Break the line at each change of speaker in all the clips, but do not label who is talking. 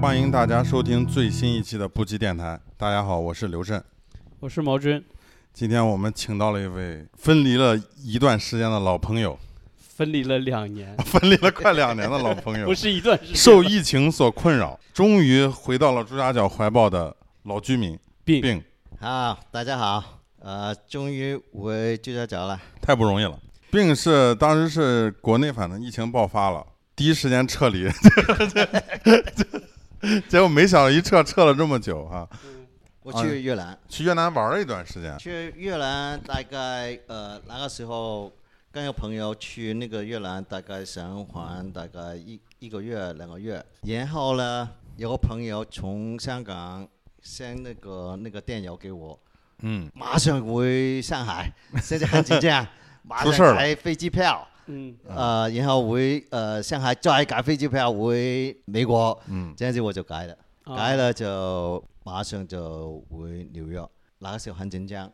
欢迎大家收听最新一期的不羁电台。大家好，我是刘震。
我是毛军，
今天我们请到了一位分离了一段时间的老朋友，，
分离了两年
分离了快两年的老朋友
不，是一段时间，
受疫情所困扰，终于回到了朱家角怀抱的老居民
病
病，
啊，大家好，呃，终于我就要脚了，
太不容易了。病是当时是国内反正疫情爆发了，第一时间撤离， 结果没想到一撤撤了这么久啊！
我
啊
去越南，
去越南玩了一段时间，
啊去越南大概呃那个时候跟个朋友去那个越南，大概想还大概一一个月两个月，然后呢有个朋友从香港 send 那个那个电邮给我，
嗯，
马上回上海，现在很紧张，马
出事儿
上
了
改飞机票。
嗯，
呃，然后回呃上海再改飞机票回美国，
嗯，
这样子我就改了，
啊
改了就马上就回纽约，那个时候很紧张，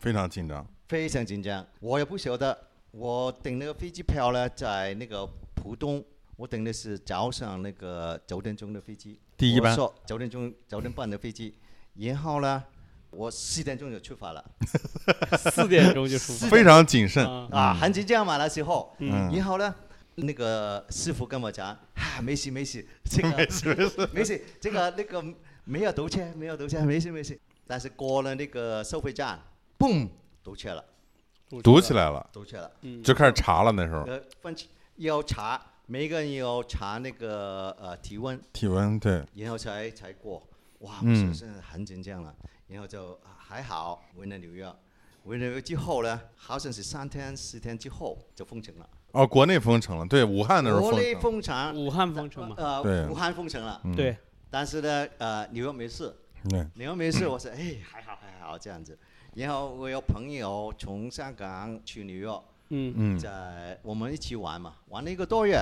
非常紧张。
非常紧张，我也不晓得，我订那个飞机票呢，在那个浦东，我订的是早上那个九点钟的飞机，
第一班
我说九点钟九点半的飞机，然后呢，我四点钟就出发了，
四点钟就出发，
非常谨慎，
啊
啊，很紧张嘛那时候，
嗯
然后呢，那个师傅跟我讲， 啊，没事 没事，这个没事没事没事，这个那个没有堵车，没有堵车，没事没事。但是过了那个收费站，嘣，堵车了，
堵起，来了，
堵车了。
嗯
就开始查了。那时候
呃，分期要查，每个人要查那个呃体温，
体温对，
然后才才过。哇，我
嗯
是真的很紧张了。然后就啊还好回了纽约，回了纽约之后呢，好像是三天四天之后就封城了，
哦，国内封城了，对，武汉那时候
国
封
内
城，
封城。
武汉封城嘛，
对
呃，武汉封城了，
嗯
对，
但是呢，呃，纽约没事，
对，
纽约没事，我说哎，还好还好这样子。然后我有朋友从香港去纽约，
嗯，
嗯，
在我们一起玩嘛，玩了一个多月，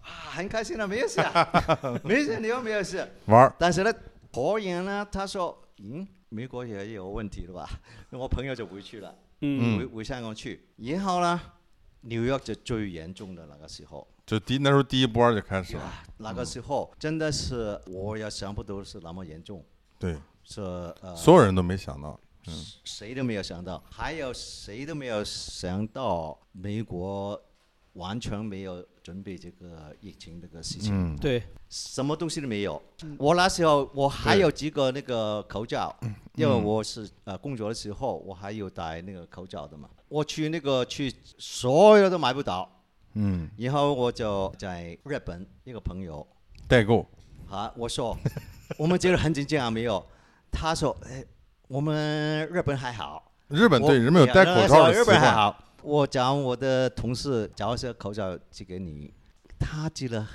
啊，很开心啊，没有事啊， 没事，纽约没有事。
玩儿
但是呢，突然呢，他说，嗯，美国也有问题了吧？我朋友就回去了，
嗯
回回香港去。然后呢，纽约就最严重的那个时候。
就第那时候第一波就开始了，
啊，那个时候真的是我也想不到是那么严重，
对，
是呃，
所有人都没想到，
谁都没有想到，还有谁都没有想到美国完全没有准备这个疫情这个事情，
嗯，
对，
什么东西都没有。我那时候我还有几个那个口罩，因为我是呃工作的时候我还有戴那个口罩的嘛。我去那个去所有都买不到，
嗯，
然后我就在日本一个朋友
代购，
啊，我说 我们觉得很紧张啊，没有。他说，哎，我们日本还好，
日本对
我哎
日本有戴口罩的习
日本还啊
惯，
好。我讲我的同事找一些口罩寄给你，他寄了，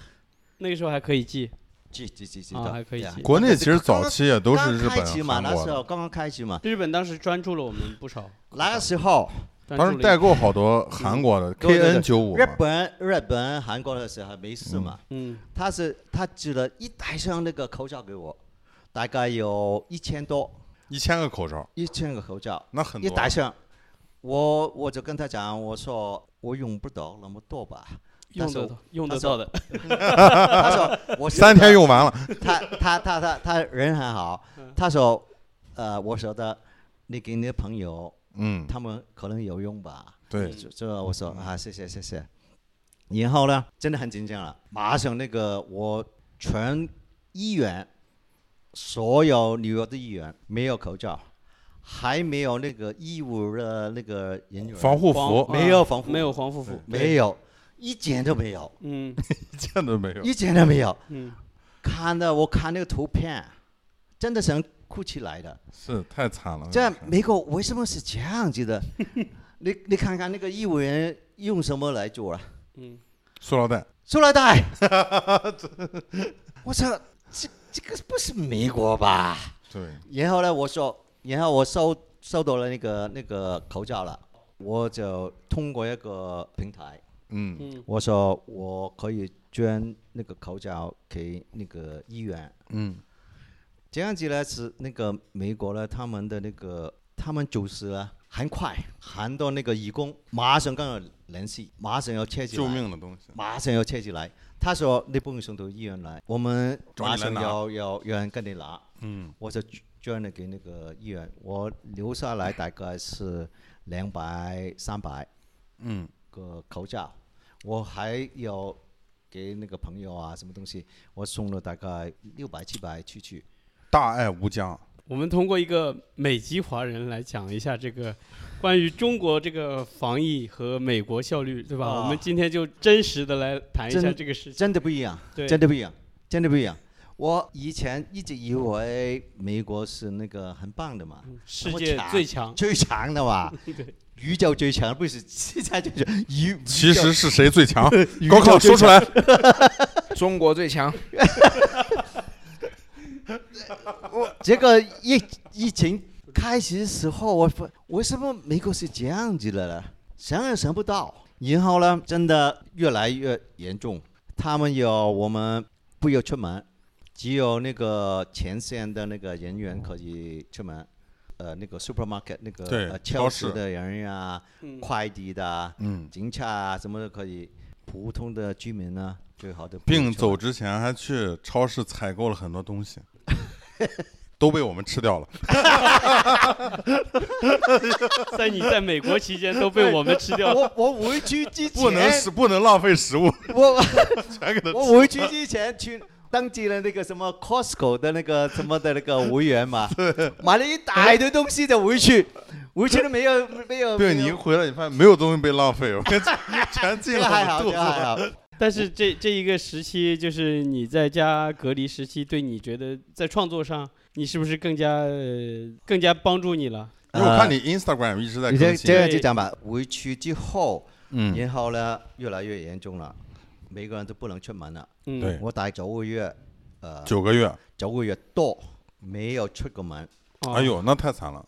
那个时候还可以寄，
寄寄寄寄
啊
到，
还可以
对啊
寄
国内其实早期也都是日
刚开始
本、
嘛，
韩
那
国
时候
的，
刚刚开始嘛，
日本当时专注了我们不少，
那个时候
当时代
带，
购好多韩国的
嗯对对
KN
对
九五
日本、日本、韩国的时候没事嘛，
嗯，
他是他寄了一大箱那个口罩给我，大概有一千多，
一千个口罩，
一千个口罩。
那很
一
多，啊
打上，我我就跟他讲，我说我用不到那么多吧。
用得
但是
到，用得到的，
他说我
三天。用完了，
他他他他他人很好，
嗯
他说，呃，我说的，你给你的朋友，
嗯，
他们可能有用吧。
对，
就就我说啊，谢谢谢谢。然后呢，真的很紧张了，马上那个我全医院，所有纽约的医院没有口罩，还没有那个医务的那个人员
防护
黄
服
啊
没有防护
没有防护服，
没有，一件都没有，
嗯
一件都没有，
一件都没有。
嗯，
看的我看那个图片，真的想哭起来的。
是太惨了，
这美国为什么是这样子的？ 你你看看那个医务人用什么来做啊？
嗯
塑料袋，
塑料袋。我操，这这个不是美国吧？
对，
然后呢，我说，然后我收收到了那个那个口罩了，我就通过一个平台，
嗯，
我说我可以捐那个口罩给那个医院。
嗯，
这样子呢是那个美国呢，他们的那个他们组织呢，很快，喊到那个义工，马上跟我联系，马上要撤起来，
救命的东西，
马上要撤起来。他说你不用送到医院来，我们马上要要有人跟你拿。
嗯，
我就捐了给那个医院，我留下来大概是两百三百
嗯，
个口罩，我还有给那个朋友啊什么东西，我送了大概六百七百出去。
嗯大爱无疆，
我们通过一个美籍华人来讲一下这个关于中国这个防疫和美国效率，对吧？
啊
我们今天就真实的来谈一下
真
这个事情。
真的不一样，
对
真的不一样，真的不一样。我以前一直以为美国是那个很棒的嘛，
世界最 强，
最强的嘛，宇宙最强不是世界最强，宇
其实是谁最 强？
宇宙
高考
最
说出来，
中国最强，
这个疫疫情开始时候，我发为什么美国是这样子的呢？想也想不到。然后呢，真的越来越严重。他们有我们不要出门，只有那个前线的那个人员可以出门。呃，那个 supermarket 那个
对
呃
超
超
市
市的人员啊，
嗯
快递的啊、
嗯，
警察啊，什么都可以。普通的居民呢，最好的不要
并
出门
走之前还去超市采购了很多东 西，都被我们吃掉了。
在你在美国期间都被我们吃掉了。
我我回去之前哎
不能食，不能浪费食物，
我
全给他
我回去之前去登记了那个什么 Costco 的那个什么的那个会 员嘛，买了一大堆东西的回去，回去都没有没有。
对
没
你一
有
回来，你发现没有东西被浪费，我 跟全进
这
了
个还
我
好，
肚
这个还
子。
好。
但是这这一个时期，就是你在家隔离时期，对你觉得在创作上，你是不是更加、呃更加帮助你了？
因为我看你 Instagram 一直在
你这
更
这
新，
样就讲吧，回去之后，
嗯，
然后呢越来越严重了，每个人都不能出门了。
嗯，
对
我大九个月，呃，
九个月，
九个月多没有出过门。
哦
哎，呦，那太惨
啊
了。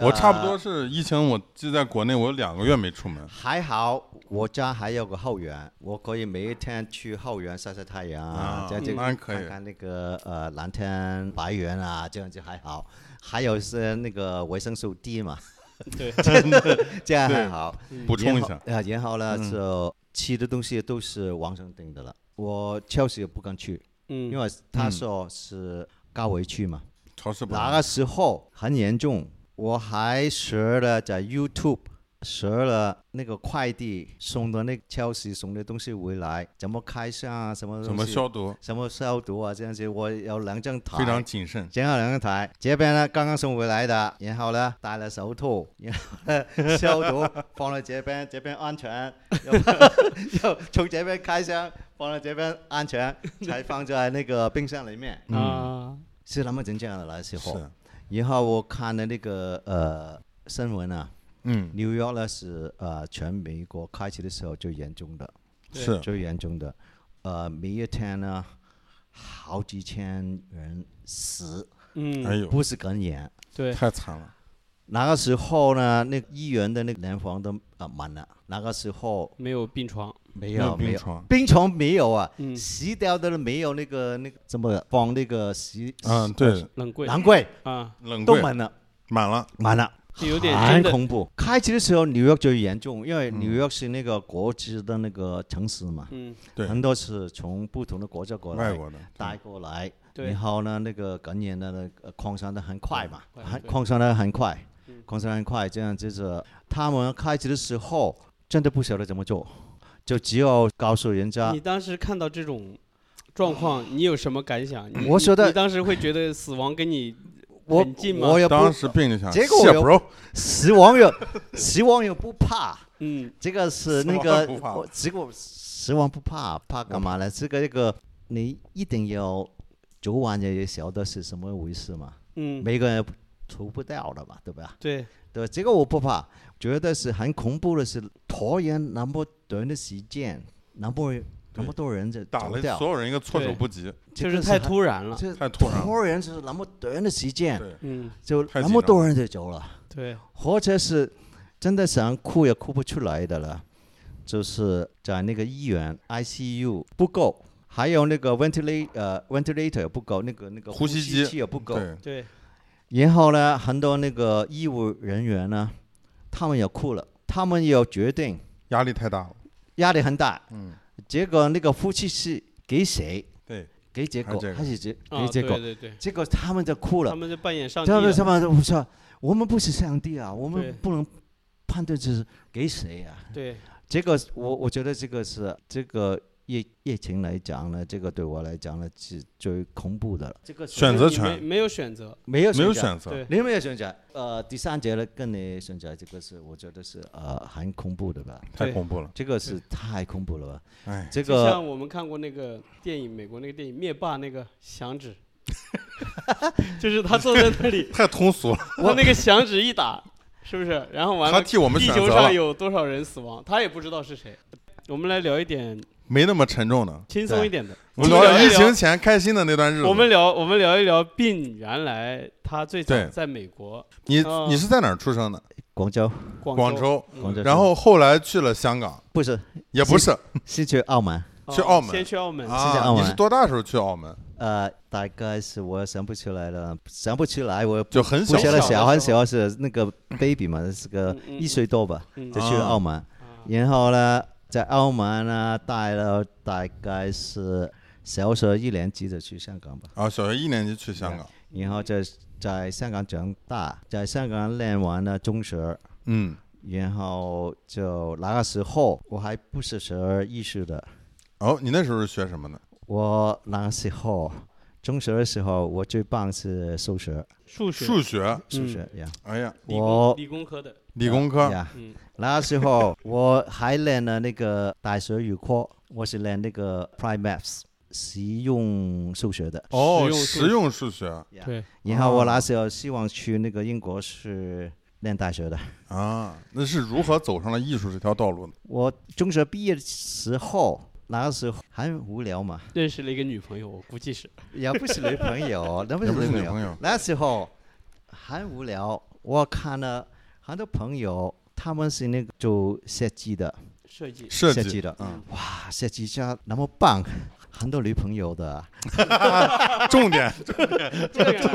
我差不多是疫情，我就在国内，我有两个月没出门。
还好我家还有个后园，我可以每一天去后园晒晒太阳
啊
在这
那还可以
看看那个呃蓝天白云啊，这样就还好。还有是那个维生素 D 嘛，
对，
这样还好。
补充一下嗯
然，后啊，然后呢就吃的东西都是网上订的了。我超市也不敢去，
嗯，
因为他说是高危区嘛。
超市不
那个时候很严重，我还学了在 YouTube 学了那个快递送的那个超市送的东西回来，怎么开箱啊，什么
怎
东
么
西
消毒，
什么消毒啊，这样子我有两张台，
非常谨慎。
剪好两张台，这边呢刚刚送回来的，然后呢戴了手套，然后呢消毒放到这边，这边安全，又又从这边开箱放到这边安全，才放在那个冰箱里面，
嗯
啊，
是那么整这样的那时候。
是，
然后我看了那个呃新闻啊，
嗯，
纽约呢是呃全美国开始的时候最严重的，
对
是，
最严重的，呃每一天呢好几千人死，
哎
嗯，
呦，
不是感染。
对，
太惨了。
那个时候呢，那个医院的那个联防都呃满了，那个时候
没有病床，
没
没有
有
病
没有。
床，
病床没有啊，
嗯
死掉的都没有那个那个怎么放那个洗
嗯，对，
冷柜
难怪
啊，
冷
都
柜
满了
满了，
满了。
就有点真
很
的，
恐怖。开始的时候，纽约最严重，因
嗯
为纽约是那个国际的那个城市嘛，
嗯，
对
很多是从不同的国家过
外
来
国的，嗯
带过来，
对
然，后呢，那个感染的那个呃扩散的很快嘛，
快
很
对
扩散的很快
嗯，
扩散得很快，这样就是他们开始的时候真的不晓得怎么做，就只有告诉人家
你当时看到这种状况，你有什么感想？你
我觉得
你当时会觉得死亡跟你
我
很近吗
我也
当
不
时病就想，
结果
谢
有
bro，
死亡也死亡也不怕。
嗯
这个是
死
那
亡
个
不怕
我结果死亡不怕，怕干嘛呢？这个这个你一定要早晚也晓得是什么回事嘛，
嗯，
每个人逃不掉的嘛，对吧？
对，
对吧，这个我不怕，觉得是很恐怖的是，拖延那么短的时间，那么那么多人就
打
走
了
掉
所，有人一个措手
对
不及，
就
这个
是太
很，
突然了，
这
太突然了。
拖延是那么短的时间，
对，
嗯，
就
太
那
紧
么
张
多人就走了。
对，
或者是真的想哭也哭不出来的了，就是在那个医院 ICU 不够，还有那个 ventilator 呃 ventilator 也不够，那个那个
呼吸机
机也不够。
对，
对，
然后呢，很多那个医务人员呢，他们也哭了，他们也决定
压力太大了，
压力很大，
嗯，
结果那个夫妻是给谁？
对，
给结
还
果
是这个
还是结
啊，
给结
对
果？
对对，
结果他们就哭了
他，们就扮演上帝啊
他们
了
他们就说我们不是上帝啊，我
对
们不能判断这是给谁啊。
对，
这个是我我觉得这个是这个疫疫情来讲呢，这个对我来讲呢是最恐怖的了。这个是
选择
就是你没
权
没有选择，
没有
没有
择，
选择，
对
你有没有选择？呃，第三节了，跟你选择这个是我觉得是呃很恐怖的吧。
太
对
恐怖了，
这个是太恐怖了吧？
哎，
这
就
个
像我们看过那个电影，美国那个电影《灭霸》那个响指， 就是他坐在 那里，
太通俗了，
他那个响指一打，是不是？然后完
他
了，
替我们
地
选
球
择
上
了，
有多少人死亡，他也不知道是谁。我们来聊一点
没那么沉重的。
轻松一点的，
我们聊聊疫
一
情前开心的那段日子。
啊我们聊我们聊一聊病，原来它最早
对
在美国
你
哦
你是在哪儿出生的？
广州，
广
广州，
嗯
广州是，
然后后来去了香港，
不是
也不是
是去澳门，
哦
去澳门
先去澳门，
是在
啊。
澳门
你是多大时候去澳门？
呃，大概是我想不起来了，想不起来，我
就很
不
小
晓得
的时
小
候
很小是那个 baby 嘛，是个
嗯嗯
一岁多吧，
嗯
就去了澳门，
啊
然后呢，在澳门呢待了大概是小学一年级的去香港吧，
啊，小学一年级去香港，
嗯
然后在在香港长大，在香港念完了中学，
嗯，
然后就那个时候我还不是学艺术的，
哦，你那时候是学什么的？
我那时候中学的时候我最棒是数学，
数学
数学，
数学
嗯
呀，
哎呀，
理工
我
理工科的，
理工科，
呀。
嗯
那时候我还练了那个大学语课，我是练那个 Prime Maths 实用数学的。
哦，
实
实用数学
对，
然后我那时候希望去那个英国是念大学的。
啊，那是如何走上了艺术这条道路呢？
我中学毕业的时候，那时候很无聊嘛，
认识了一个女朋友，我估计是
也不是女朋 友，那不
也
是
不是
女朋
女
友
朋，友，
那时候很无聊。我看了很多朋友，他们是那个做设计的，
设计，
设
设
计
计的
嗯，
哇，设计家那么棒，很多女朋友 的。
重点，
这 个人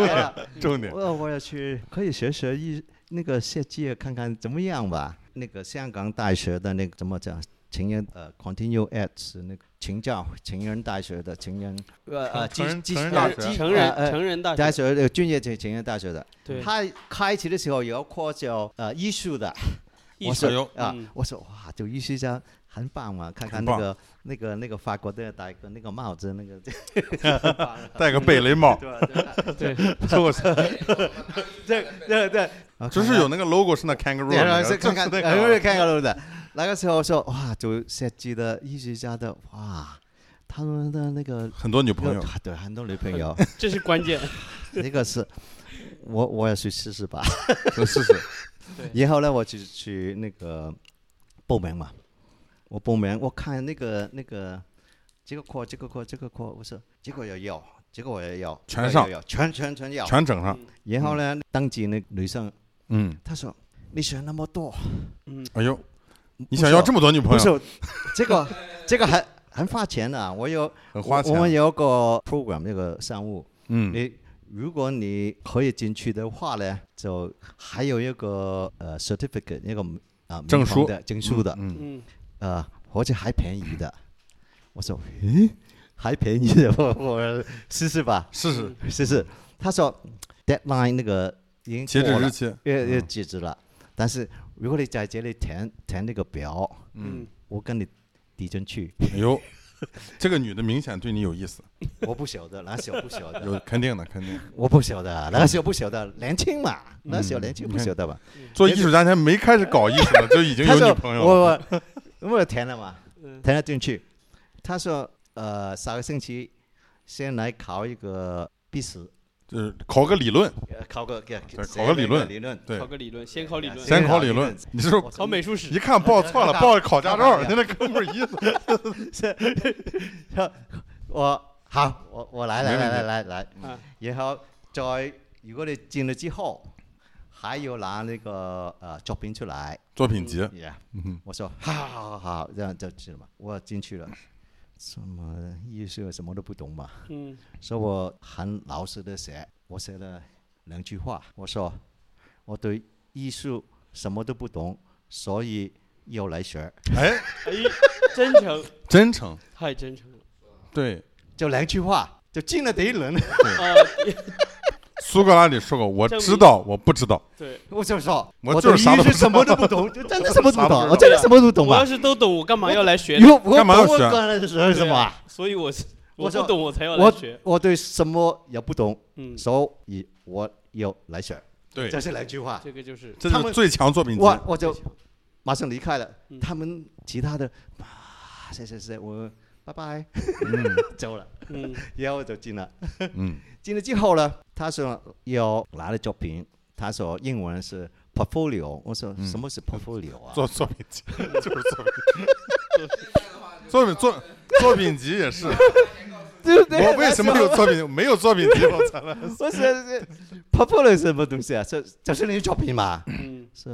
来了
重点，
我我要去，可以学学艺那个设计，看看怎么样吧。那个香港大学的那个怎么讲？情人呃，continue at 是那个情教情人大学的情人呃呃，
成人
技
成人大
呃技
学
成
呃呃
人成人大
大
学，
学呃专业情情人大学的，
对，
他开启的时候有课叫呃艺术的，
艺
我
术
哎呦
说啊
嗯，
我说哇，就艺术家很棒嘛，看看
很
那
棒
个那个那个法国的戴个那个帽子那个，
戴个贝雷帽，
对 吧对吧？
对，
哦 就是
对对对，啊
就是有那个 logo 是那 kangaroo，
对，
那
然
个
后是看看，哎
就是
然
那
后是
个
看看路的。那个时候说哇，就设计的艺术家的哇，他们的那个
很多女朋友
那个对很多女朋 友，
这是关 键，
那个是我我也去试 试吧。
就试试，
对，
然后呢，我去去那个报名嘛，我报名，我看那个那个这个课这个课这个课，我说这个也要，这个我也要，这
全
个
上
也要，全全全要。
全整
嗯
上，
然后呢，登记那个女生，
嗯，
她说你选那么多，
哎呦，你
不
想要
是
这么多女朋
不
友，
是，这个 这个很很花钱的、啊我有
很花
我们
钱，
有个 program 那个商务，
嗯，
你如果你可以进去的话呢，就还有一个呃 certificate 一个啊、呃、
证
名堂
书
的证书的，
嗯，
嗯，
呃，而且还便宜的。我说，诶，还便宜的， 我我试试吧，
试试
试试。他说 deadline 那个已经
截止
过
日
了，
期，嗯
也也截止了，但是如果你在这里填填那个表，
嗯，
我跟你抵进去。
哎呦，这个女的明显对你有意思，
我不晓得，那时候不晓
有
得，
肯定的，肯定。
我不晓得，那时候不晓得，年轻嘛，那时候年轻
你
不
看
晓得吧？
做艺术家前没开始搞艺术呢，就已经嗯
他
有
说
女朋友了。
我 我我填了嘛，
嗯
填了进去。他说呃，下个星期先来考一个必死，
就是考个理论，
呃考个给
对
写
考个
那
理论
理论，
对
考，个理论，先考理论，
先考
考
理
理
论
论。
你是不是
我
考美术史
一，看报错了，
考
报考驾照，
考
人家那哥们儿意思。
我好，我我来来
没问
来
题
来来来，
啊，
然后再如果你进了之后，还要拿那个呃作品出来。
作品 集，
Yeah
嗯
我说好好好好，这样就去了嘛。我进去了，什么艺术什么都不懂嘛，
嗯，
所以我很老实的写，我写了两句话，我说我对艺术什么都不懂，所以要来学，
哎，
哎，真诚，
真诚，
太真诚了。
对，
就两句话就进了第一轮。
嗯
啊，
苏格拉底说过，我
证明
知道，我不知道，
对，
我就说，
我
我
就是
对
啥都不
鱼是
知
什么都不 懂，就真的什么都不懂，我真的什么都不懂
我要
啊！
是都懂，我干嘛要来学呢？
有我
干嘛要
我
学
干的学什么啊？
所以我是我
我
不
说
懂，我才要来
我
学。
我对什么也不懂，
嗯，
所以我要来学，
对，
这是两句话。
这个就是
这
他
是
们
最强作品集。
我我就马上离开了
嗯。
他们其他的，啊，谢谢谢，我拜拜， 走了。
嗯
然后就进了，
嗯，
进了之后呢，他说要拿了作品，他说英文是 portfolio，我说
嗯
什么是 portfolio 啊？
做作品 集就是作品集， 作品作作品集也 是。
对不对？
我为什么有作品？没有作品集，我才来。
我说 portfolio 是什么东西啊？是就是你的作品嘛？
嗯
说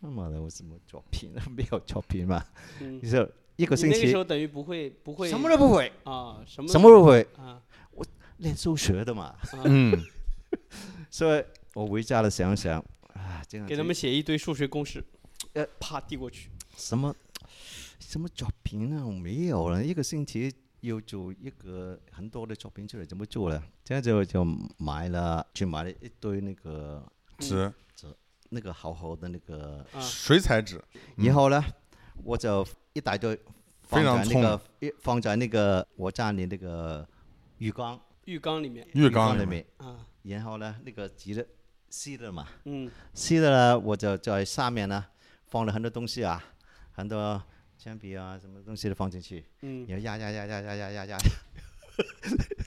这么的，我什么作品？ 没有作品嘛？
嗯，
你说一个
你
星
那个
期
时候等于不会不会
什么都不会，
啊什么
什么都不会，
啊
练数学的嘛。
啊，
嗯，
所以我回家了想想啊，这样
给他们写一堆数学公式
呃，
啪递过去。
什么什么作品啊？我没有了，一个星期要做一个很多的作品出来，怎么做呢？这样就就买了，去买了一堆那个
纸
那个好好的那个，
啊
水彩纸，嗯
然后呢，我就一大堆放
非常
在那个一放在那个我家里那个浴缸
浴缸里面
浴
缸
缸
里
面。
面，
啊，
然后呢，那个挤的吸的嘛。
嗯
吃的呢，我就在下面呢放了很多东西啊，很多铅笔啊，什么东西都放进去，
嗯，
然后压压压压压压压 压，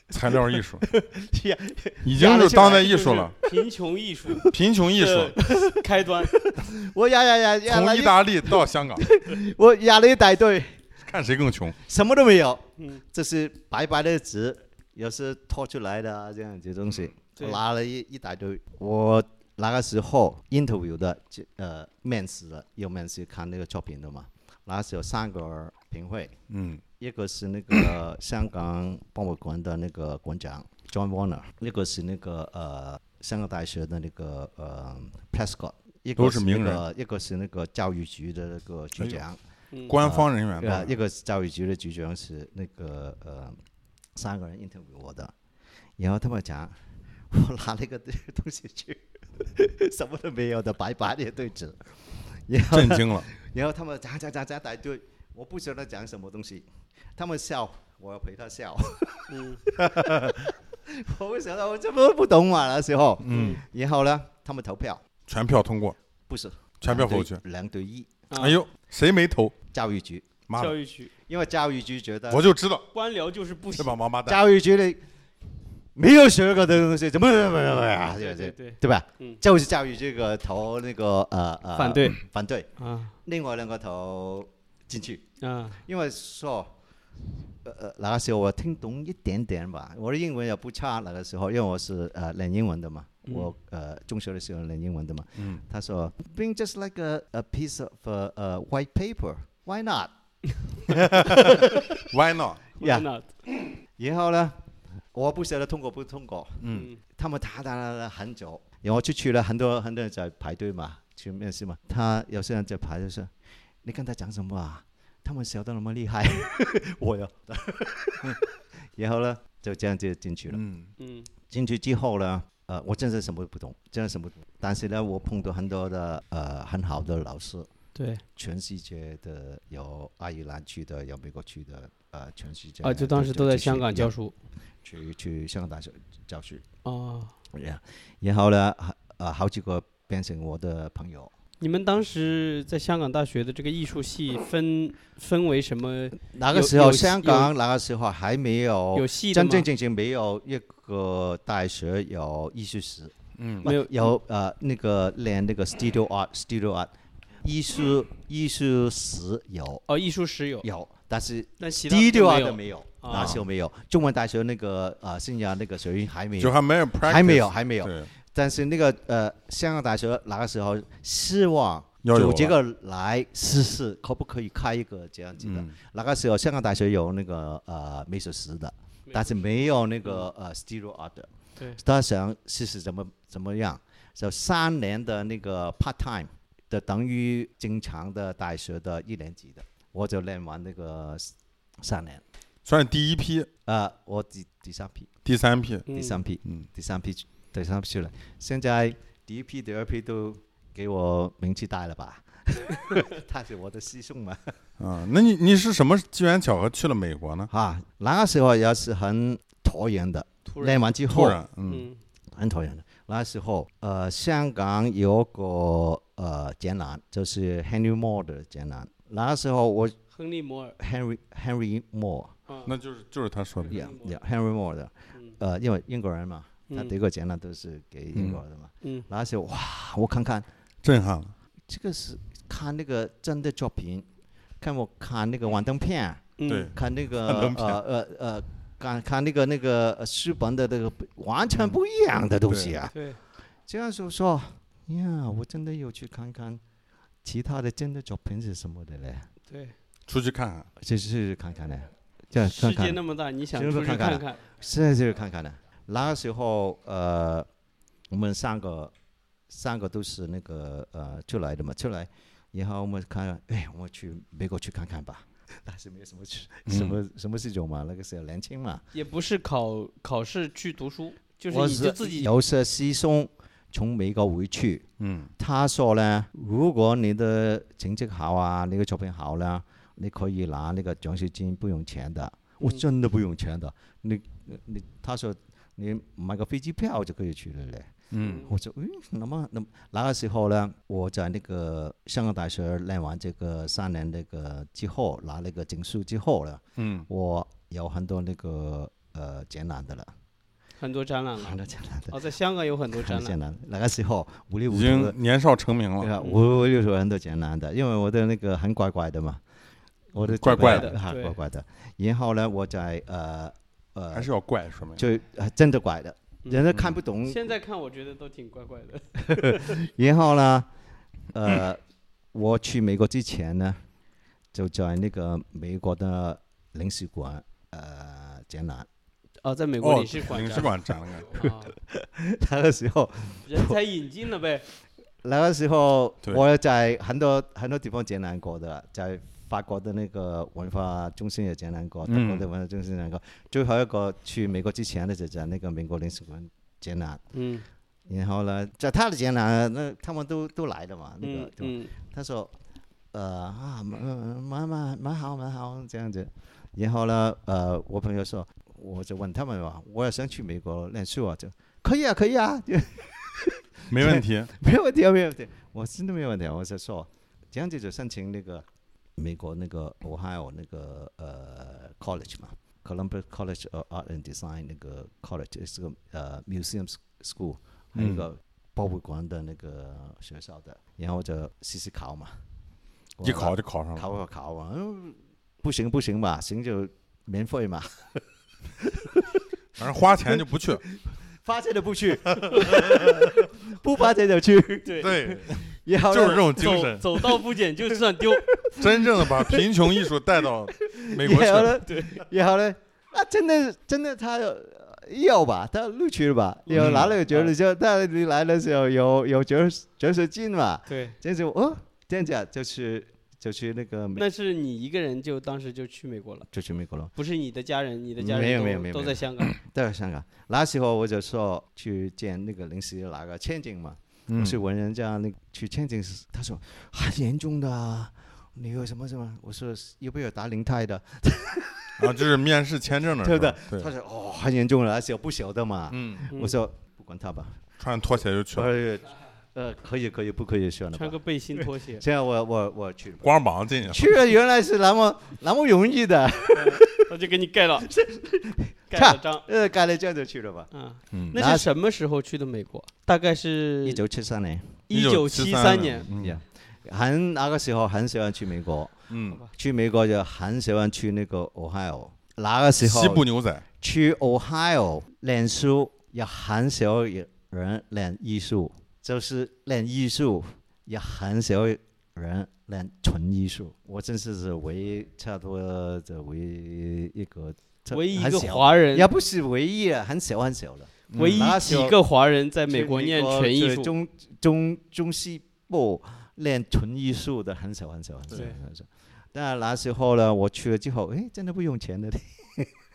材料艺术
呀，
已经是当代艺术了，，
贫穷艺术
贫穷 艺术，
的 开端。
我压压压压了
从
一
意，大利到香港，
我压了一大堆，
看谁更穷。
什么都没有，
嗯，
这是白白的纸，有时拖出来的啊这样子东西，
对
拿了一一大堆，我。那个时候 interview 的就呃面试的有面试看那个作品的嘛，那时候三个评委，
嗯，
一个是那 个香港博物馆的那个馆长 John Warner，一个是那个呃香港大学的那个呃 Prescott，一个
都是名
那
人哎
个一个是那个教育局的那个局长，
嗯
官方人员
呃，
都
一
是
个是教育局的局长是那个呃三个人 interview 我的，然后他们讲我拿了一个东西去， 什么都没有的白白的对子，然后
震 惊了。
然后他们讲讲讲讲一堆，我不晓得讲什么东西，他们笑，我要陪他笑，
嗯
我不晓得我这么不懂嘛那时候，
嗯，
然后呢，他们投票
全票通过，
不是
全票
两对
否决。
两对一，
啊
哎呦，谁没投？
教育局，
妈
教
的，
育局
因为教育局觉得
我就 知道
官僚就是不
这
行，
帮王八蛋。
教育局里没有学过的东西，怎么怎么怎么呀，
对对
啊对
对，
对吧？
嗯
就是教育这个投那个呃呃
反对
反对，
啊
另外两个投进去。
啊
因为说，呃呃，那个时候我听懂一点点吧，我的英文也不差。那个时候，因为我是呃练英文的嘛，
嗯
我呃中学的时候练英文的嘛。
嗯
他说，being just like a a piece of uh, uh, white paper, why not?
，Why not？
Why
呀
not？
然后呢，我不晓得通过不通过，
嗯，
他们打打打打很久，然后就去了很多很多人在排队嘛，去面试嘛。他有些人在排队说，你跟他讲什么啊？他们笑得那么厉害， 我呀， 然后呢，就这样就进去了。
嗯，
嗯
进去之后呢，呃，我真是什么都不懂，真的什么都不懂。但是呢，我碰到很多的呃很好的老师，
对
全世界的有爱尔兰去的，有美国去的，呃，全世界
啊，就当时都在香港教，书
去去香港大学教书。
啊。
然然后呢，啊呃，好几个变成我的朋友。
你们当时在香港大学的这个艺术系分分为什么？
那个
有
时候
有
香港那个时候还没有
有系的
哦真
吗
真正正没有一个大学有艺术史，
嗯
不
没有
有呃那个练那个 studio art studio art 艺术艺术史有
哦，艺术史有，
有，但是
但其他
studio
都
art
没有
没有，
啊
那时候没有。中文大学那个呃新疆那个学院还没
就
有，
还没有 practice，
还没有还没有。
对，
但是那个呃，香港大学那个时候希望
要有啊
组
了
这个来试试，可不可以开一个这样子的？
嗯
那个时候香港大学有那个呃美术史的，但是没有那个呃 studio art 的。
对
他想试试怎么怎么样，就三年的那个 part time 的就等于正常的大学的一年级的，我就练完那个三年，
算是第一批、
呃，我第第三批，
第三批。
第三批，
嗯，
第三批，第三批出来，现在第一批、第二批都给我名气大了吧？ 他是我的师兄 嘛。
啊，那你你是什么机缘巧合去了美国呢？
啊，那个时候也是很拖延的，
突然
练完之
突
后
然，嗯，
嗯
很拖延的。那时候，呃，香港有个呃展览，就是 Henry Moore 的展览。那时候我
亨利摩尔
Henry Henry Moore，
啊，
那就是就是他说的，
也
Henry Moore
也 Henry Moore 的，
嗯
呃，因为英国人嘛，他
嗯
德国展览都是给英国的嘛。
嗯
那时候哇，我看看
震撼了。
这个是看那个真的作品，看我看那个幻灯片，
嗯
对
看那个
幻灯片
呃呃呃，看看那个那个呃书本的那个不完全不一样的东西啊。
对，
这样就说哎呀，我真的有去看看其他的真的作品是什么的嘞，
对，
出去看看，
这是看看嘞，这样
世
看
界
看，
那么大，你想
行
出
吧
去
看看
看看？
啊这就是看看嘞。那个时候呃，我们三个三个都是那个呃出来的嘛，出来，然后我们看，哎，我们去美国去看看吧。但是没有什么去嗯什
嗯
么什么事情嘛，那个时候年轻嘛，
也不是考考试去读书，就是
我
你就自己
有些师兄从美国回去，
嗯，
他说呢，如果你的成绩好啊，你的作品好呢，你可以拿那个奖学金，不用钱的。我
嗯
真的不用钱的，你你他说你买个飞机票就可以去了嘞。
嗯，
我说，嗯，那么那么那个时候呢，我在那个香港大学练完这个三年那个之后，拿那个证书之后呢，
嗯，
我有很多那个呃展览的了，
很多展览了。
很多展览的，
哦，在香港有很多
很
展
多
览，
展览。那个时候五里
已
五头的
经年少成名
对
了，
啊，我我有时候很多简单的，因为我的那个很乖乖的嘛，我的
怪怪
的
啊
对
乖乖的。然后呢，我在呃呃
还，是要怪说明。
就呃真的乖的，
嗯
人家看不懂。
现在看我觉得都挺怪怪的。
然后呢，呃，我去美国之前呢，就在那个美国的领事馆呃展览，
哦，在美国
哦，
领事馆
领
展
事馆展了个，
啊，
那个时候
人才引进了 呗。
那个时候
对
我在很多很多地方展览过的，在法国的那个文化中心也展览过，德
嗯
国的文化中心展览过。最后一个去美国之前呢，就在那个美国领事馆展览。
嗯
然后呢，在他的展览，那他们都都来了嘛，那
嗯
个、对吧
嗯，
他说，呃啊，蛮蛮蛮蛮好蛮好这样子。然后呢，呃，我朋友说，我就问他们嘛，我也想去美国念书啊，就可以啊，可以啊， 就
没问题。
没有问题啊，没有问题，我真的没有问题啊。我是说，这样子就申请那个美国那个 Ohio 那个呃 college 嘛，Columbus College of Art and Design 那个 college 是个呃 museum school，还有一
嗯
个博物馆的那个学校的，然后就试试考嘛，
一考就考上了，
考考考啊，嗯不行不行嘛，行就免费嘛，
反正花钱就不去。
花钱的 不去， 不花钱就去，
对，
对，
然后
就
呢
是这种精
走
神，
走到不捡就算丢。
真正的把贫穷艺术带到美国去
然后
了。
呢，然后呢，啊，真的真的他有要吧，他录取了吧，有
嗯
拿了个奖
啊
励之后，他你来的时候有有奖奖学金嘛，
对，
这就哦，这样子啊就去就去那个美
那是你一个人就当时就去美国了，
就去美国了，
不是你的家人，你的家人
没有
都
没有没有
都
没有
在香港。
到香港那时候我就说去见那个临时拿个签证嘛，
嗯
我是问人家那个去签证，他说很严重的啊。你有什么什么？我说有没有打领带的？
啊，就是面试签证的时
对
候，
不对？他
对，
说哦，很严重了，那时候不晓得嘛。
嗯，
嗯
我说不管他吧，
穿拖鞋就去了，
呃， 呃，可以可以，不可以选了
穿
吧
个？背心拖鞋，
这样我我我去 吧。
光膀子进去
去了原来是那么 那么容易的，
我就给你盖了，盖
看
了章。
呃，干了这样就去了吧。
啊，
嗯
那是
那
什么时候去的美国？大概是
一九七三年，
一九七
三
年。，
嗯
Yeah 很那个时候很喜欢去美国，
嗯，
去美国就很喜欢去那个 Ohio。那个时
西
候
部牛仔，
去 Ohio 练书也很少有人练艺术，就是练艺术也很少有人练纯艺术。我真是是唯一差不多的唯一一个特，
唯一一
很
个
少
华人，
也不是唯一啊，很少很少了。嗯
唯一
那时
几
候
个华人在美国念纯艺
去
术，
中中中西部练纯艺术的很少很少很少
对
很少。但那时候呢，我去了之后，哎，真的不用钱的。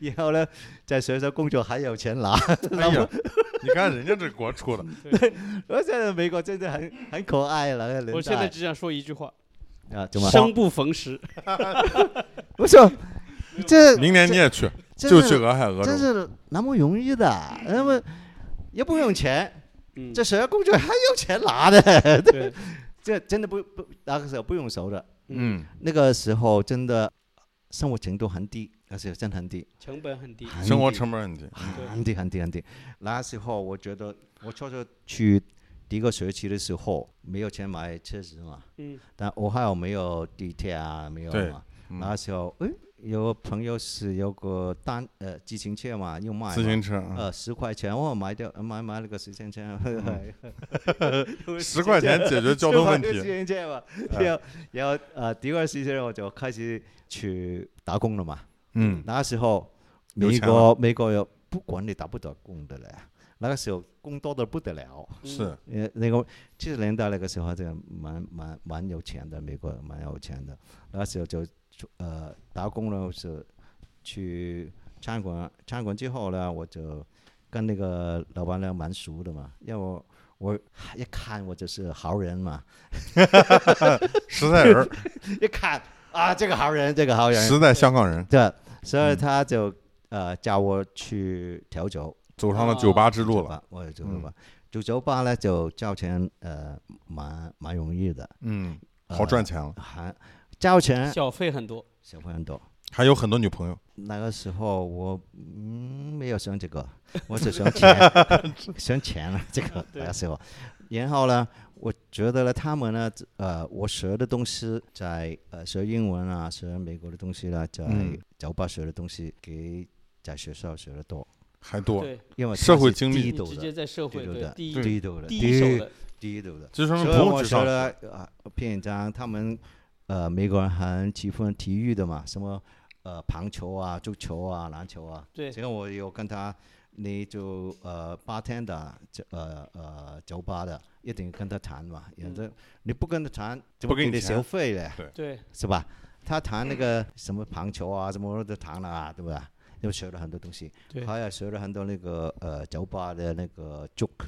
以后呢，在学校工作还有钱拿，
哎呀，你看人家这国出 的，
而且美国真的很很可爱了，那个
我
年
现在
代
只想说一句话：
啊，怎么？
生不逢时。
不是，这
明年你也去，
这
就
这
去俄亥俄
真
州。
是那么容易的，那么也不用钱，
嗯，
这学校工作还有钱拿的，
对，
这真的不不那个时候不用手的，
嗯，
那个时候真的生活程度很低，那时候真的很低，
成本很低。
很
生活
低
成本很低。
嗯
很低很低很低。那时候我觉得我初初去第一个学期的时候没有钱买车子嘛，
嗯，
但我还有没有地铁啊，没有
对嗯
嘛。那时候哎，有个朋友是有个单呃自行车嘛，又卖
自
嘛
行车啊，
呃，十块钱，我买掉买买了个自行车，
嗯十块钱解决交通问
自
题。哎
行车嘛。然后然后呃，第二时间我就开始去打工了嘛。
嗯，
那时候
有
美
钱
国美国有不管你打不打工的嘞，那个时候工多的不得了。
嗯
是，
呃，那个七十年代那个时候，这个蛮蛮蛮有钱的，美国蛮有钱的。那时候就出呃打工了是去餐馆，餐馆之后呢，我就跟那个老板娘蛮熟的嘛，因为我我一看我就是好人嘛，
实在人 儿，
一看啊这个好人，这个好人，
实在香港人，
对，所以他就、呃叫我去调酒，
走上了酒吧之路
酒
了。
吧，我也酒
嗯
吧，酒酒吧呢就交钱呃蛮蛮容易的。
嗯，
呃
好赚钱了，
还交钱
小费很多。
小朋友多。
还有很多女朋友。
那个时候我嗯没有想这个，我只想钱， 想钱了这个
啊对
那个时候。然后呢，我觉得呢，他们呢，呃，我学的东西在呃学英文啊，学美国的东西呢，在
嗯
酒吧学的东西，给在学校学的多，
还多，
对，
因为
社
它
会
是
经历
低
你
度
直接
的，
在社会
低度
对
的，
第一
低度的，
第一手
低
的，
低度的。
这说明
所以
不用
我
沮
学
丧。
了啊，篇章他们呃美国人很喜欢体育的嘛，什么呃棒球啊、足球啊、篮球啊。
对
这个我有跟他，你就呃 bartender 酒呃呃酒吧的，一定跟他谈嘛，
嗯
反正、你不跟他谈，怎
不
么
给你
你
钱
消费嘞？
对，
是吧？他谈那个什么棒球啊，什么都谈了啊，对吧？又学了很多东西，
对
还有学了很多那个呃酒吧的那个 joke，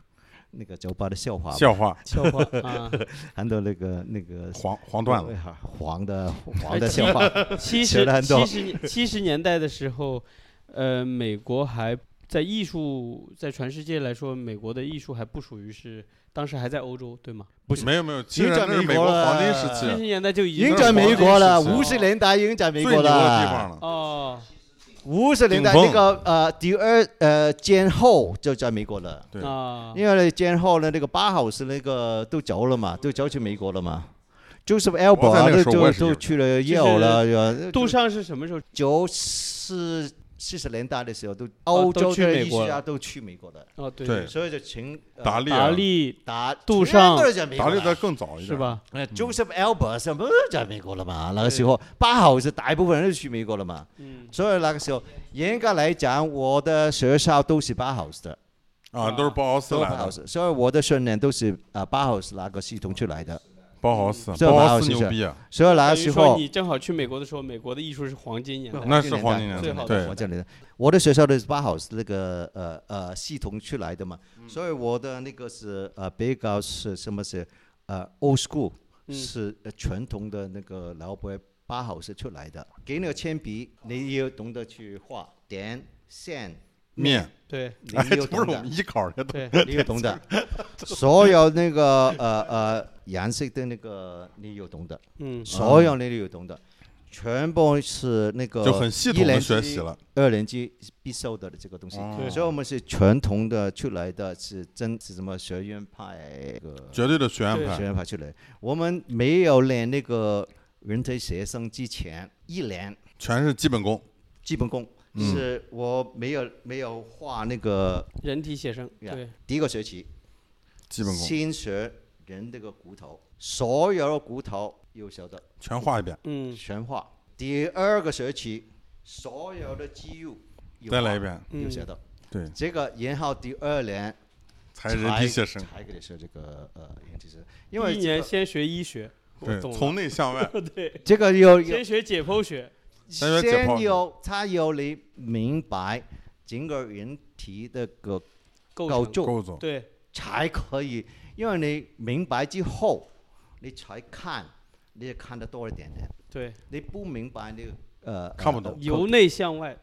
那个酒吧的笑话嘛，
笑话，
笑话啊，
很多那个那个
黄黄段
对
子，
哈黄的 黄
哎
的笑话，
七
学
十
了很多
七十七十年代的时候，呃，美国还在艺术在全世界来说，美国的艺术还不属于是当时还在欧洲，对吗？
不是没有没有，其实
在
那是
美
美
国
国黄金
了
时
七十
期，
年代就已经
赢
赢
在
在
美
美
国
国
了
了，
五
五
十
十年代赢在美
最牛
国
的地
了
方，了。
哦，
五十年代
顶
那
峰
个呃第二呃战后就在美国了，
对
啊，
因为战后呢那个八号是那个都走了嘛，都走去美国了嘛。Joseph a l b
我
e
在
r
那个时候我
都
也是
都
有
去了耶鲁了，呃
杜尚是什么时候？
九四四十年代的时候，都
哦
欧
都
洲
去
的
美
艺
国
术家
了
都去美国的，
哦，对
对
所以就请呃
达利啊
达利
达
杜
全部
尚
都在美
达
国
利
了
的更早一点，
是？吧？
呃，Joseph Albert 什么在美国了嘛？那个时候八号是大部分人都去美国了嘛，
嗯，
所以那个时候严格来讲，我的学校都是八号的，
啊，都是包豪斯
都
来
八号
的，
所以我的训练都是啊八号那个系统出来的，
包豪斯，
这
包
包
豪
豪
斯
斯
牛
是
逼啊！
所以那个
等于
时
说
候
你正好去美国的时候，美国的艺术是黄金 年代。
那是黄金年
最
代，
好
对
的
我，这里的我的学校的是八号那个呃呃系统出来的嘛，
嗯
所以我的那个是呃比较是什么是呃 old school
嗯
是呃传统的那个老伯八号是出来的，给你个铅笔，你也要懂得去画点线，
面，
对
你
哎，
也
这
要
不是
懂
我们
得，
艺考的，
对，
你也懂得，所有那个呃呃颜色的那个你也懂得，
嗯，
所有你也懂得。全部是那个
就很系统
一
的
年
学
级
习了。
二年级必修的这个东西，
哦
所以我们是传统的出来的，是真是什么学院派个
绝对的学院
对
派
学，院派出来。我们没有练那个人体学生之前，一年
全是基本功。
基本功
嗯
是我没有没有画那个
人体写生，
呀
对，
第一个学期，
基本功
先学人这个骨头，所有的骨头要学的
全画一遍，
嗯
全画。第二个学期，所有的肌肉要
再来一
画
遍。
嗯
要学的。
对，
这个然后第二年
才人体写生，
才给你是这个呃人体写生，因为
一
这
年
个
先学医学，我
对，
懂了，
从内向外，
对，
这个有有
先学解剖学，
大家解
先
剖
有他有你明白整个人体的个
构
构
成
造，
够总
对，
才可以，因为你明白之后，你才看，你也看得多一点点。
对，
你不明白，你呃
看不懂
呃
由内向外，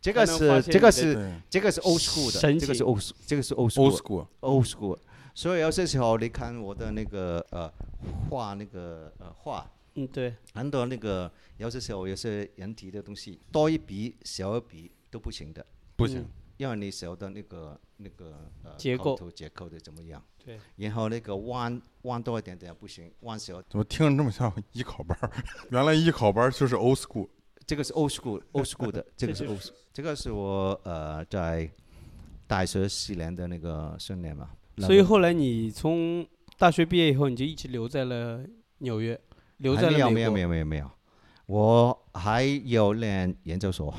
这个
才能发
是
现
这个
你
是
对
这个是 old school
神奇
的，这个是 old school，这个是 old
，old
school
school，
old school。所以有些时候你看我的那个呃画那个呃画，
嗯，对，
很多那个有些时候有些人体的东西多一笔少一笔都不行的，
不行，
因为你手的那个那个呃
结
构
构
图结构的怎么样？
对，
然后那个弯弯多一点点不行，弯小
怎么听着这么像艺考班儿？ 原来艺考班儿就是 old school，
这个是 old school old school 的，这个是
这
old，school，这个是我呃在大学四年的那个训练嘛。那
所以
个
后来你从大学毕业以后，你就一直留在了纽约，留
还
在
没有
了
没
美
有没
国，
有没有没有，我还有念研究所，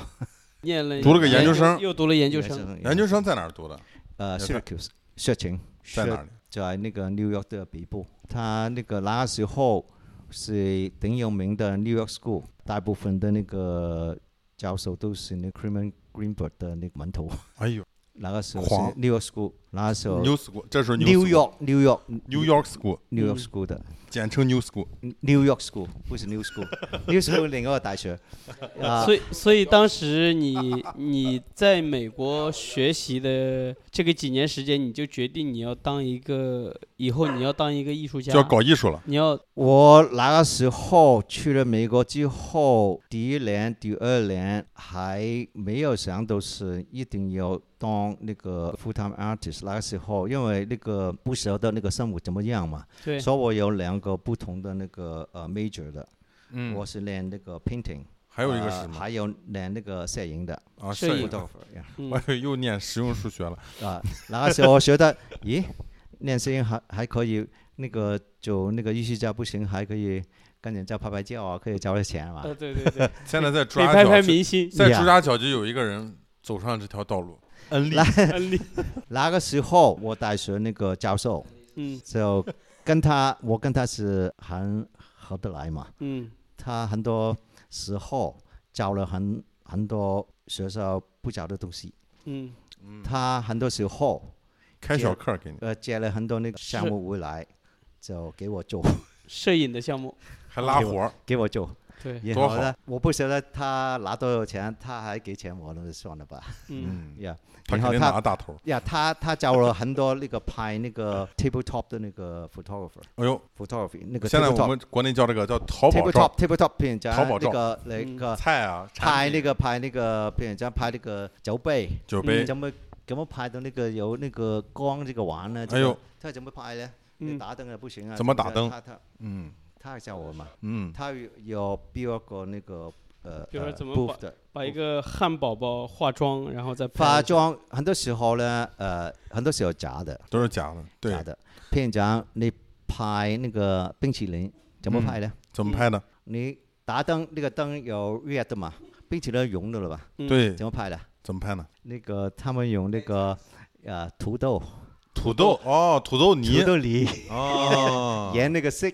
念了
读了个研究生
又读了研究生，
哎
研究生在哪儿读的？
呃
也是
Syracuse 社情
在哪
社
里？
在那个 New York 的北部，他那个那时候是挺有名的 New York School，大部分的那个教授都是那 Creman Greenberg 的那个门徒，
哎呦
那个时候
狂
是 New York School，那时候。
，new school，这时候
New York New York
New York school，
New York
嗯
School 的
简称 new school，
New York School 不是 New School，New School 另外大学啊，
所以，所以当时你你在美国学习的这个几年时间，你就决定你要当一个以后你要当一个艺术家，
啊
就要搞艺术了。
你要
我那个时候去了美国之后，第一年、第二年还没有想到是一定要当那个 full-time artist。那个时候因为那个不晓得那个生活怎么样嘛，
对
所以我有两个不同的那个呃 major 的，
嗯，
我是练那个 painting，
还有一个
呃
是什么
还有练那个摄影的
啊？
摄
摄
影
影
photographer 呀
我以为又念实用数学 了，
啊，那个时候我觉得，咦，练声音还还可以，那个就那个艺术家不行，还可以跟人家拍拍照啊，可以交点钱嘛。
呃，对对对，
现在在朱
可以
家
拍
角
拍
就，
明 星
在
Yeah
朱家角就有一个人走上了这条道路，恩利，
案例，
那个时候我大学那个教授
嗯
就跟他，我跟他是很合得来嘛。
嗯，
他很多时候教了很很多学校不教的东西，
嗯，
他很多时候
开小课给你，
呃接了很多那个项
是
目回来，就给我做，
摄影的项目，
还拉活儿，
给我做。
对，
也
多
好的，我不晓得他拿多少钱，他还给钱我，那就算了吧。
嗯
嗯，
呀
他肯
然后
定
他
拿大头。
呀，他他教了很多那个拍那 个 tabletop 的那个 photographer
哎呦，
photography 那个
现在我
tabletop
们国内叫这个叫淘宝照
tabletop tabletop 片人家
淘宝
那
照
个
嗯
那个
菜啊，
拍那
个
个拍那个片人家拍那个酒杯，嗯
酒杯，
怎么怎么拍到那个有那个光这个玩呢？这
哎
个
呦，
他怎么拍呢？你
嗯，
打灯也不行啊。
怎么
这个
打灯
他他
嗯
他教我嘛，
嗯，
他有有标个那个呃
比如说怎么
b o
把
o 的。
把一个汉堡包化妆，然后再拍
化
一下，
妆很多时候呢，呃，很多时候假的，
都是假的。
假
对，
的。譬如讲，你拍那个冰淇淋怎么拍呢？
怎么拍的？
你打灯，那个灯有 red 嘛，冰淇淋融的了吧？
嗯
对，
怎么拍的？
怎么拍呢？
那个他们用那个呃土豆、
土豆哦，土豆泥
土豆泥
哦
沿那个色，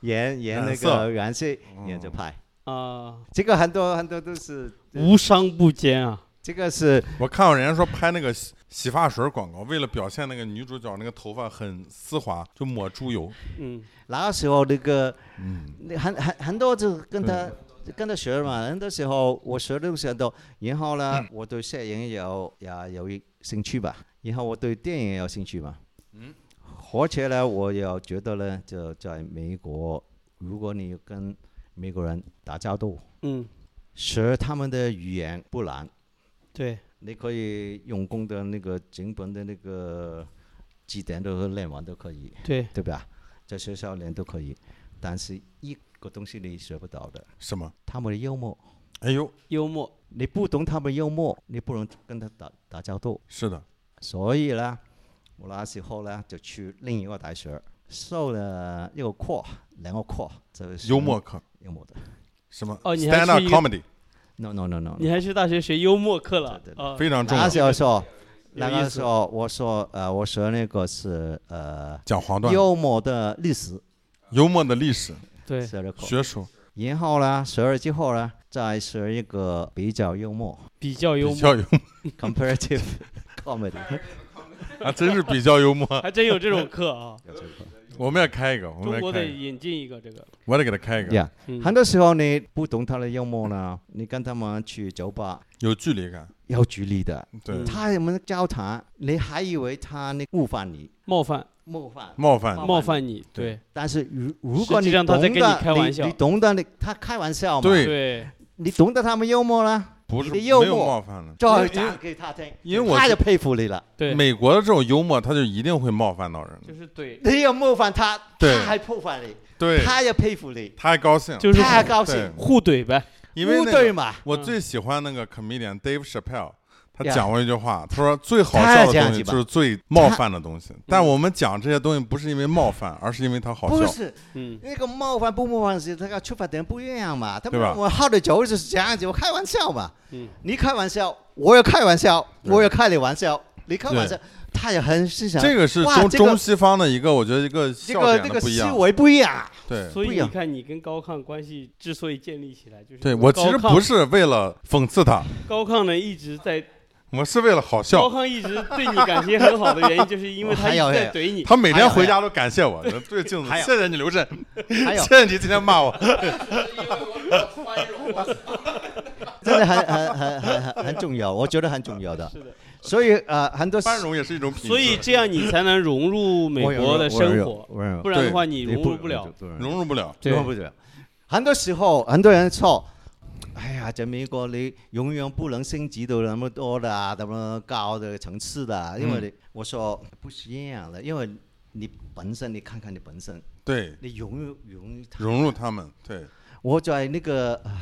沿沿那
染色哦
个颜色，沿着拍。
啊，
这个很多很多都是，
嗯
无商不奸啊，
这个是
我看过人家说拍那个洗洗发水广告，为了表现那个女主角那个头发很丝滑，就抹猪油。
嗯，
那个时候那个
嗯，
那很很很多就跟他跟他学嘛，很多时候我学的东西很多，然后呢，我对摄影有也有一兴趣吧，然后我对电影也有兴趣嘛，嗯，而且呢，我也觉得呢，就在美国，如果你跟美国人打交道，
嗯，
学他们的语言不难，
对，
你可以用功的那个整本的那个几点都练完都可以，
对，
对吧？在学校练都可以，但是一个东西你学不到的。
什么？
他们的幽默，
哎呦，
幽默，
你不懂他们幽默，你不能跟他打打交道。
是的，
所以呢，我那时候呢就去另一个大学，受了一个课，两个课，就是
幽默课
幽默的。
什么
哦你还
stand up
是一个
comedy
No no no no，
你还去大学学幽默课了
对对？对
啊，
非常重
那
要。
时候说那
有意
个
思
时候我说呃，我说那个是呃
讲黄段子，
幽默的历史
幽默的历史
对，
写了口，
学术
然后呢，学了之后呢，再学一个比较幽默
比较幽
比
默，
较幽
comparative comedy，
默啊，真是比较幽默。
还真有这种 课啊！
我们也开一个，我
中
们
国
也开
得
一个，
引进一个这个。
我得给他开一个，
yeah，
嗯
很多时候你不懂他的幽默呢，你跟他们去酒吧
有距离感。
有距离的，
对
嗯，
他们交谈，你还以为他那冒犯你，
冒犯
冒犯。
冒犯
冒
冒犯你，对
对
但是如如果
实际
你
上
懂
他
得，
在跟你开玩笑
你你懂得你他开玩笑嘛，
对
对，
你懂得他们幽默呢，
不是
你的
没
幽
有
默
冒犯了。
就
因为
讲给他听，
因为我
他
是
就佩服你了。
对，
美国的这种幽默，他就一定会冒犯到人。
就是对，
你有冒犯他，
对
他还冒犯你，
对，
他也佩服你，
他还高兴，
就是
他还高兴，
对
互怼呗。
因为
不
那
对
个
嘛？
我
嗯
最喜欢那个 comedian Dave Chappelle，他
呀
讲过一句话，他说最好
他也
笑的
这样
东西
子吧
就是最冒犯的东西。但我们讲这些东西不是因为冒犯，而是因为它好
嗯不
笑。
是
嗯，
那个冒犯不冒犯是那个出发点不一样嘛？他
对
们
吧
我喝的酒就是这样子，我开玩笑嘛。
嗯
你开玩笑，我也开玩笑，
对
我也开你玩笑，你开玩笑，他也很欣赏。
这个是
啊哇
中
这个
中西方的一个，我觉得一个
这
笑
个
点的
这个
不一
思
样。
维不 一样，
对
所以
不一
你
样
看，你跟高亢关系之所以建立起来，就是
对，
因为
我其实
高亢
不是为了讽刺他，
高亢呢，一直在
我是为了好
高
笑。
亢一直对你感情很好的原因，就是因为他一
还
直
有
在怼你。
他每天回家都感谢我，对镜子
还，有
谢谢你刘震，
还有
谢谢你今天骂 我。
真的很很很很很很重要，我觉得很重要的。
是的，
所以呃，很多
宽容也是一种品质。
所以这样你才能融入美国的生活，
活
不然的
对
话你融入不
不
了。，
融入不了。
对
最后不了。很多时候，很多人说：“哎呀，在美国你永远不能升级到那么多的啊，那么高的层次的啊。”因为你、我说不是一样的，因为你本身你看看你本身，
对，
你永远永远它
融入他们。对，
我在那个、啊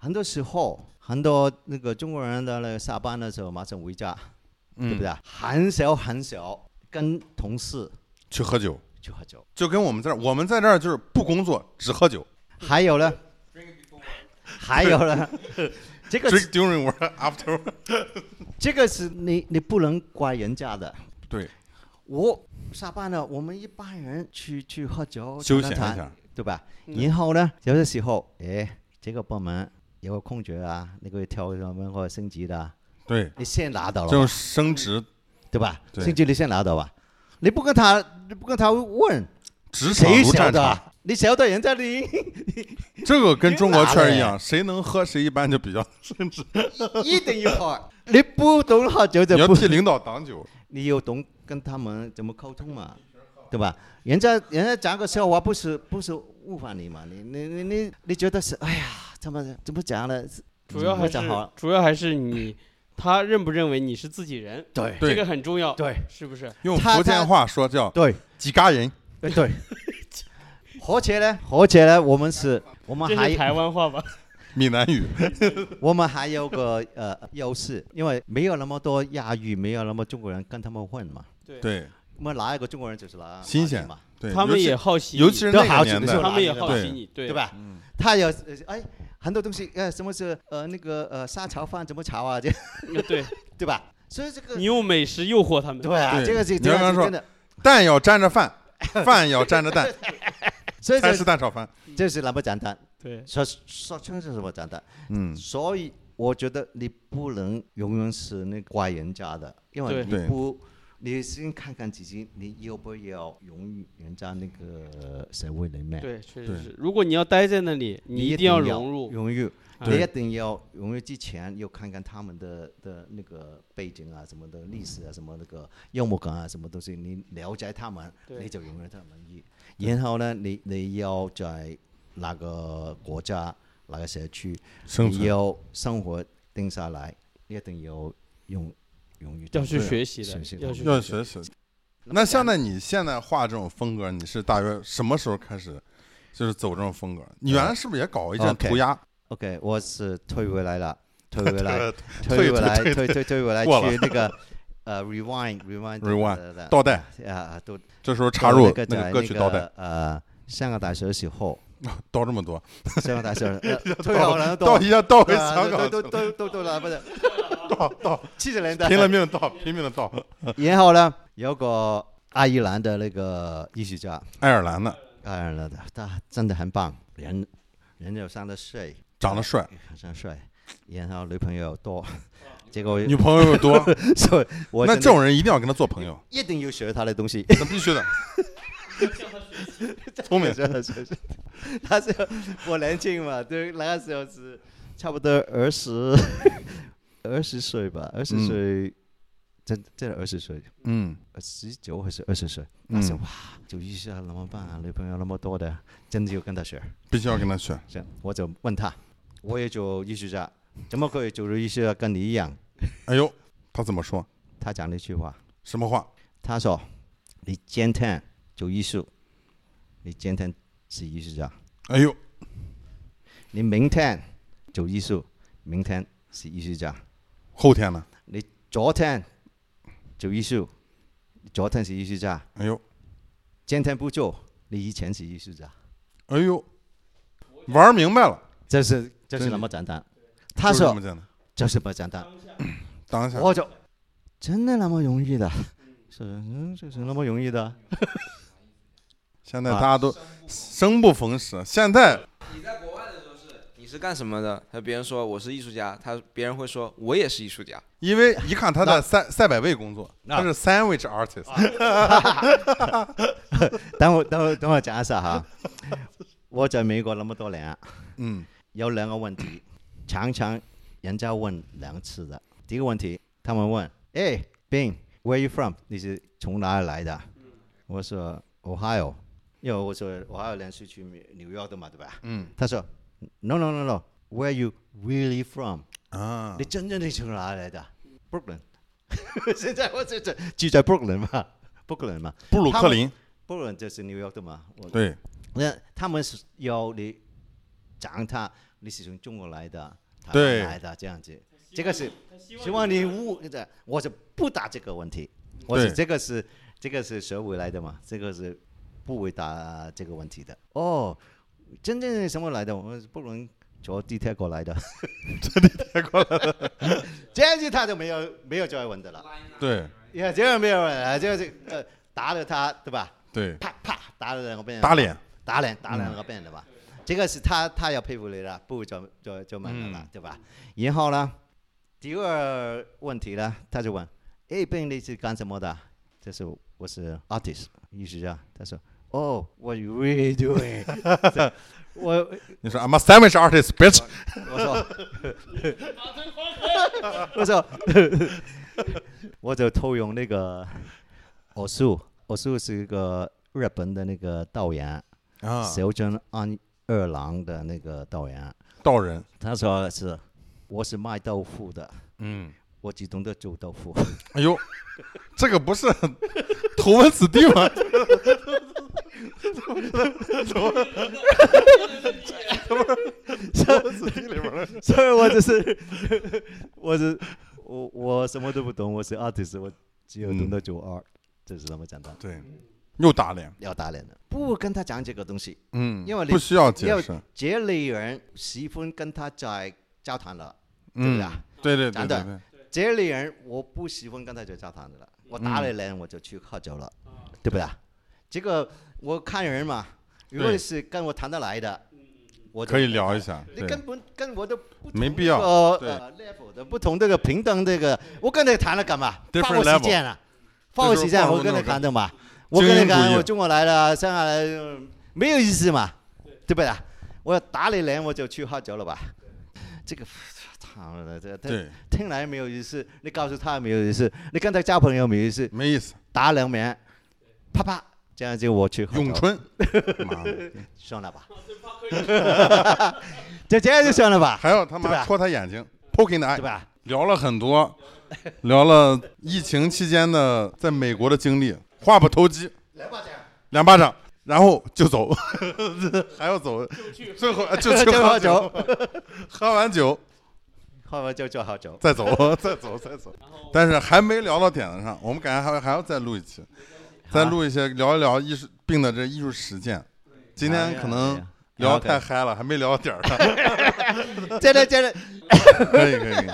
很多时候，很多那个中国人的那个下班的时候马上回家，对不
嗯，
对？很少很少跟同事
去喝酒，
去喝酒。
就跟我们在这儿，我们在这儿就是不工作，只喝酒。
还有呢，还有呢， 这个
Drink during work, after work。
这个是你你不能怪人家的。
对，
我下班了，我们一般人去去喝酒
休
谈
闲一
谈
下。
对吧？
嗯
然后呢，有的时候，哎，这个部门有个空缺啊，你可以挑什么或者升级的啊，
对，
你先拿到
这
了，
种升职
对吧？
对
升级你先拿到吧，你不跟他，你不跟他问，
职场
谁
如
晓
战
得
场，
啊？你晓得人家你
这个跟中国圈儿一
赢
样，谁能喝谁一般就比较，甚至
一定要喝，你不懂喝酒就
你要
不
替领导挡酒。
你有懂跟他们怎么沟通嘛，对吧？人家人家讲个笑话不是不是误会你嘛，你你你你你觉得是哎呀，怎么怎么讲呢？
主要还是
怎么讲好
主要还是你，他认不认为你是自己人，
对
这
对
个，很重要，
对
是不是？
用
他
福建话说叫
对
“几嘎人
对 对。而且呢，而且呢，我们是，我们
这是
还
台湾话吧？”，
闽南语。
我们还有个呃优势，因为没有那么多亚裔，没有那么中国人跟他们混嘛。
对，
对
我们哪一个中国人就是哪
新鲜
哪里嘛，
对，
他
尤
们
其
也好奇你，
尤其是
都
那
好
个
几
年
个
代
就，
他们也
对
好奇你，对
对？吧？
嗯
他有呃哎很多东西，呃什么是呃那个呃沙茶饭怎么炒啊？这
对，
对吧？所以这个
你用美食诱惑他们，
对啊，
对
这个这
你
个这
要跟他
个
说
真的，
蛋要沾着 饭，饭要沾着蛋，
所以
菜
这
是蛋炒饭。
这是那么简单，
对，
说说清楚这么简单。
嗯，
所以我觉得你不能永远是那个怪人家的，因
对
为你
对
不，你先看看自己，你要不要融入人家那个社会里面？
对，确实
对
是。如果你要待在那里，你
一
定要融入。
融入，
啊
你一定要融入之前要看看他们的的那个背景啊，什么的历史啊，什么那个幽默感啊，什么东西，你了解他们，
对
你就融入他们意。然后呢，你你要在哪个国家、哪个社区，
生
你
存
要生活定下来，你一定要用融入
要
他们。
去
对
学习的
学，习
要去
要学习。那现在你现在画这种风格，你是大约什么时候开始，就是走这种风格？你原来是不是也搞一阵
呃 OK
涂鸦？
OK，我是退回来了，退 回来，
退
退回来，退退退回来
过了
去那个呃 rewind rewind
Rewind，
对对
倒带，
对啊都
这时候插入
那个
那
在
个歌曲
那
倒
个
带，
呃，香港大学的时 候，
倒这么多，
香港大学呃 退
倒
后了
倒一下倒回
对啊
香
都
港
都都都都都了，不是。
倒倒，
七十年代
拼了命倒，拼命的倒。
然后呢，有个爱尔兰的那个艺术家，
爱尔兰的
爱尔兰的，他真的很棒，人人有三十岁，
长得帅，
三十岁，然后女朋友多，结果
女朋友又多，
所以我
那
真的
这种人一定要跟他做朋友，
一定要学他的东西，
那必 须的。聪明，
真的是，那时候我年轻嘛，对，那个时候是差不多二十二十岁吧，二十
嗯
岁，真真的二十岁，
嗯
十九还是二十岁，那时候
嗯
哇，，就意识到怎么办啊？女朋友那么多的，真的要跟他学。
必须要跟他学。
这样我就问他，我也做艺术家，怎么可以做艺术家跟你一样？
哎呦，他怎么说？
他讲了一句话，
什么话？
他说：“你今天做艺术，你今天是艺术家；
哎呦，
你明天做艺术，明天是艺术家；
后天呢？
昨天做艺术，昨天是艺术家；
哎呦，
今天不做，你以前是艺术家。
哎呦，玩明白了，”
这是就
真
是
是
那么简单。他
就是这
说
么：“简单。
就是不简单。”
当下，
我就真的那么容易的？是，嗯，就是那么容易的。
现在
啊
大家都生不逢时。现在
你在国外的时候是你是干什么的？他别人说我是艺术家，他别人会说我也是艺术家。
因为一看他在赛赛百味工作，
那
他是 sandwich artist，
等我，等我，等我讲一下哈。我在美国那么多年，
嗯，
有两个 问题，常常人家问两次的。第一个问题，他们问：“哎，Bing，where you from？你是从哪里来的？”我说：“Ohio。”因为我说 Ohio 连续去纽约的嘛，对吧？
嗯。
他说：“No, no, no, no. Where you really from？”
啊
你，真正的从哪里来的？Brooklyn。现在我就在住在 Brooklyn 嘛，Brooklyn 嘛
布鲁克林，
，Brooklyn 就是纽约的嘛。我
对，
那他们是要你讲他你是从中国来的，台湾
对
来的这样子，这个是希望你误的，我是不答这个问题，我是
对
这个是这个是学回来的嘛，这个是不回答这个问题的。哦，真正是什么来的？我们不能坐地铁过来 的， 坐地铁过来的，这样子他就没有没有再问 的了，
对
也这样没有问了，就是呃打了他对吧？
对，
啪啪打了两个遍，
打脸，
打脸打脸那个病对吧？这个是他他要佩服你了，不就就就问了啦，对吧？然后呢，第二问题呢，他就问，哎，病你是干什么的？这是我是 artist 艺术家。他说，哦，what you really doing？我
你说 I'm a sandwich artist bitch，
我说，我说， 我就偷用那个偶数，偶数是一个日本的那个导演。
啊，
小真安二郎的那个导演，
道人，
他说是我是卖豆腐的，
嗯，
我只懂得做豆 腐。
哎呦，这个不是头文字 D 吗？
所以我就是 我是我我什么都不懂，我是 artist，我只有懂得做 art，、就是这么简单。
对，又打脸，
要打脸的，不跟他讲这个东西，
嗯，
因为你
不需要
因
解
为
释，
这类人喜欢跟他在交谈了，对不
嗯
对啊？，
对对对
真
对
的
对，
这类人我不喜欢跟他在交谈的了，我打了人我就去喝酒了，对不对？这个我看人嘛，如果
嗯对
是跟我谈得来的，我就
可以聊一下，
你
对
根本跟我都不
没必要对
呃 level 的不同这个平等这个，我跟你谈了干嘛？
Different
放我时间啊，放我时间，
就是
我
放那
跟
种
你谈的嘛，我
精英
跟你
主
谈
义
我中国来的，上海来的没有意思嘛，对不对？我要打你脸我就去喝酒了吧，这个他妈的这这
对，
听来没有意思，你告诉他也没有意思，你跟他交朋友没有意思，
没意 思。
打两面，啪啪，这样就我去喝
咏
酒
春，妈的，
算了吧， 就这样就算了吧，
还要他
对吧
妈戳他眼睛，poke in the
对
eye，
吧？
聊了很多，聊了疫情期间的在美国的经历，话不投机，两巴掌，两巴掌，然后就走， 还要走，最后啊就 去
就喝
喝
酒，
喝完酒
喝完就就喝酒，
再走， 再走，再走。但是还没聊到点子上，我们感觉还还要再录一期，再录一些聊一聊艺术病的这艺术实践。今天可
哎
能聊得太嗨了，还没聊到点儿上。
真的真的
可以可以，可以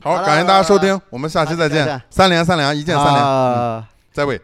好，
好了
感谢大家收听，我们下期再
下期再
见
见。
三连三连，一键三连，
啊
再会。